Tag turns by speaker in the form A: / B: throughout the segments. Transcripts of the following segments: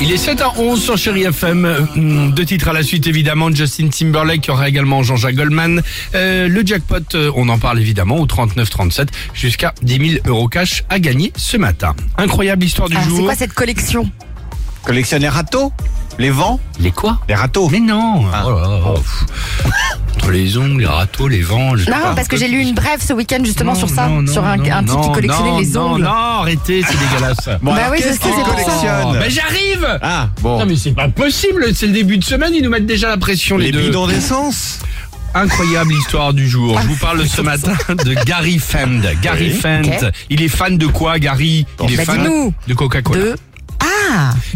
A: Il est 7 à 11 sur Chéri FM. Hum, Deux titres à la suite, évidemment. Justin Timberlake, il y aura également Jean-Jacques Goldman. Euh, le jackpot, euh, on en parle évidemment, au 39-37, jusqu'à 10 000 euros cash à gagner ce matin. Incroyable histoire du
B: Ah,
A: jour.
C: cette collection
D: Collectionne les râteaux, les vents,
A: les quoi
D: les râteaux.
A: Mais non
D: Ah. Oh.
A: Oh là là, oh, pff. Entre les ongles, les râteaux, les vents... le-
B: Non, parce que j'ai lu une brève ce week-end justement
A: Non,
B: sur ça,
A: non,
B: sur un,
A: non,
B: un type
A: non,
B: qui collectionnait
A: non,
B: les ongles.
A: Non, non, arrêtez, c'est dégueulasse.
D: Bon,
B: Bah
D: alors,
B: oui, je
D: qu'est-ce
B: sais,
D: qu'ils
B: c'est pour ça.
A: Oh,
D: collectionnent
A: mais j'arrive
D: Ah,
A: Non
D: bon.
A: mais c'est pas possible, c'est le début de semaine, ils nous mettent déjà la pression les,
D: Les
A: deux.
D: bidons d'essence
A: Incroyable histoire du jour. Je vous parle ce matin de Gary Fend. Gary
D: Oui.
A: Fend, il est fan de quoi Gary Il est
B: Bah,
A: fan
B: dis-nous.
A: de Coca-Cola.
B: De Ah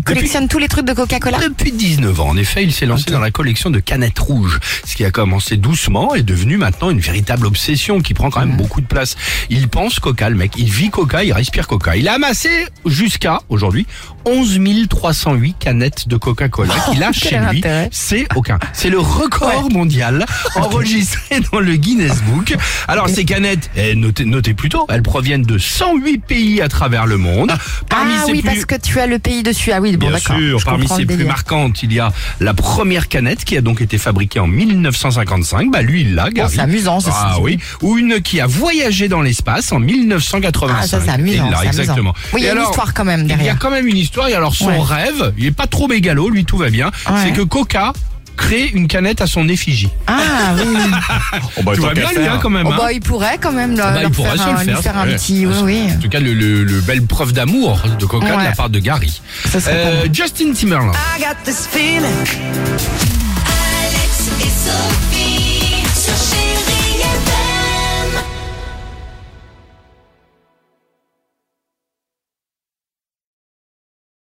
B: Collectionne tous les trucs de Coca-Cola.
A: Depuis 19 ans, en effet, il s'est lancé dans la collection de canettes rouges, ce qui a commencé doucement et est devenu maintenant une véritable obsession qui prend quand même beaucoup de place. Il pense Coca, le mec, il vit Coca, il respire Coca. Il a amassé jusqu'à aujourd'hui 11 308 canettes de Coca-Cola qu'il a chez lui.
B: intérêt.
A: C'est aucun. C'est le record mondial enregistré dans le Guinness Book. Alors ces canettes, eh, notez, notez plutôt, elles proviennent de 108 pays à travers le monde. Parmi
B: ah
A: ces
B: oui,
A: plus-
B: parce que tu as le pays dessus. Ah oui, bon
A: Bien
B: d'accord.
A: sûr,
B: je
A: parmi
B: comprends
A: ses
B: le
A: plus
B: délire.
A: marquantes, il y a la première canette qui a donc été fabriquée en 1955. Bah lui, il l'a, Gary.
B: Oh, c'est amusant, ça,
A: Ah
B: c'est-
A: oui. Ou une qui a voyagé dans l'espace en 1985.
B: Ah, ça, c'est amusant,
A: Il l'a,
B: c'est amusant.
A: exactement.
B: Oui, il y a
A: Et
B: une
A: alors,
B: histoire quand même
A: Il y a
B: derrière.
A: quand même une histoire. Et alors son
B: Ouais.
A: rêve, il est pas trop mégalo, lui tout va bien.
B: Ouais.
A: C'est que Coca crée une canette à son effigie.
B: Ah oui.
A: hein.
D: Oh, bah,
A: tout
D: tant
A: va
D: qu'à
A: bien lui,
D: faire.
A: hein, quand même.
B: Oh,
A: hein.
B: bah, il pourrait quand même
A: Ah
B: leur,
A: bah, il
B: leur
A: pourra
B: faire,
A: se le
B: un, lui
A: faire,
B: faire un
A: ouais.
B: petit. Oui, oui.
A: En tout cas, le, le- le belle preuve d'amour de Coca de
B: Ouais.
A: la part de Gary.
B: Ça serait pas
A: Euh, Justin Timberlake.
C: I got this feeling.
E: Alex et Sophie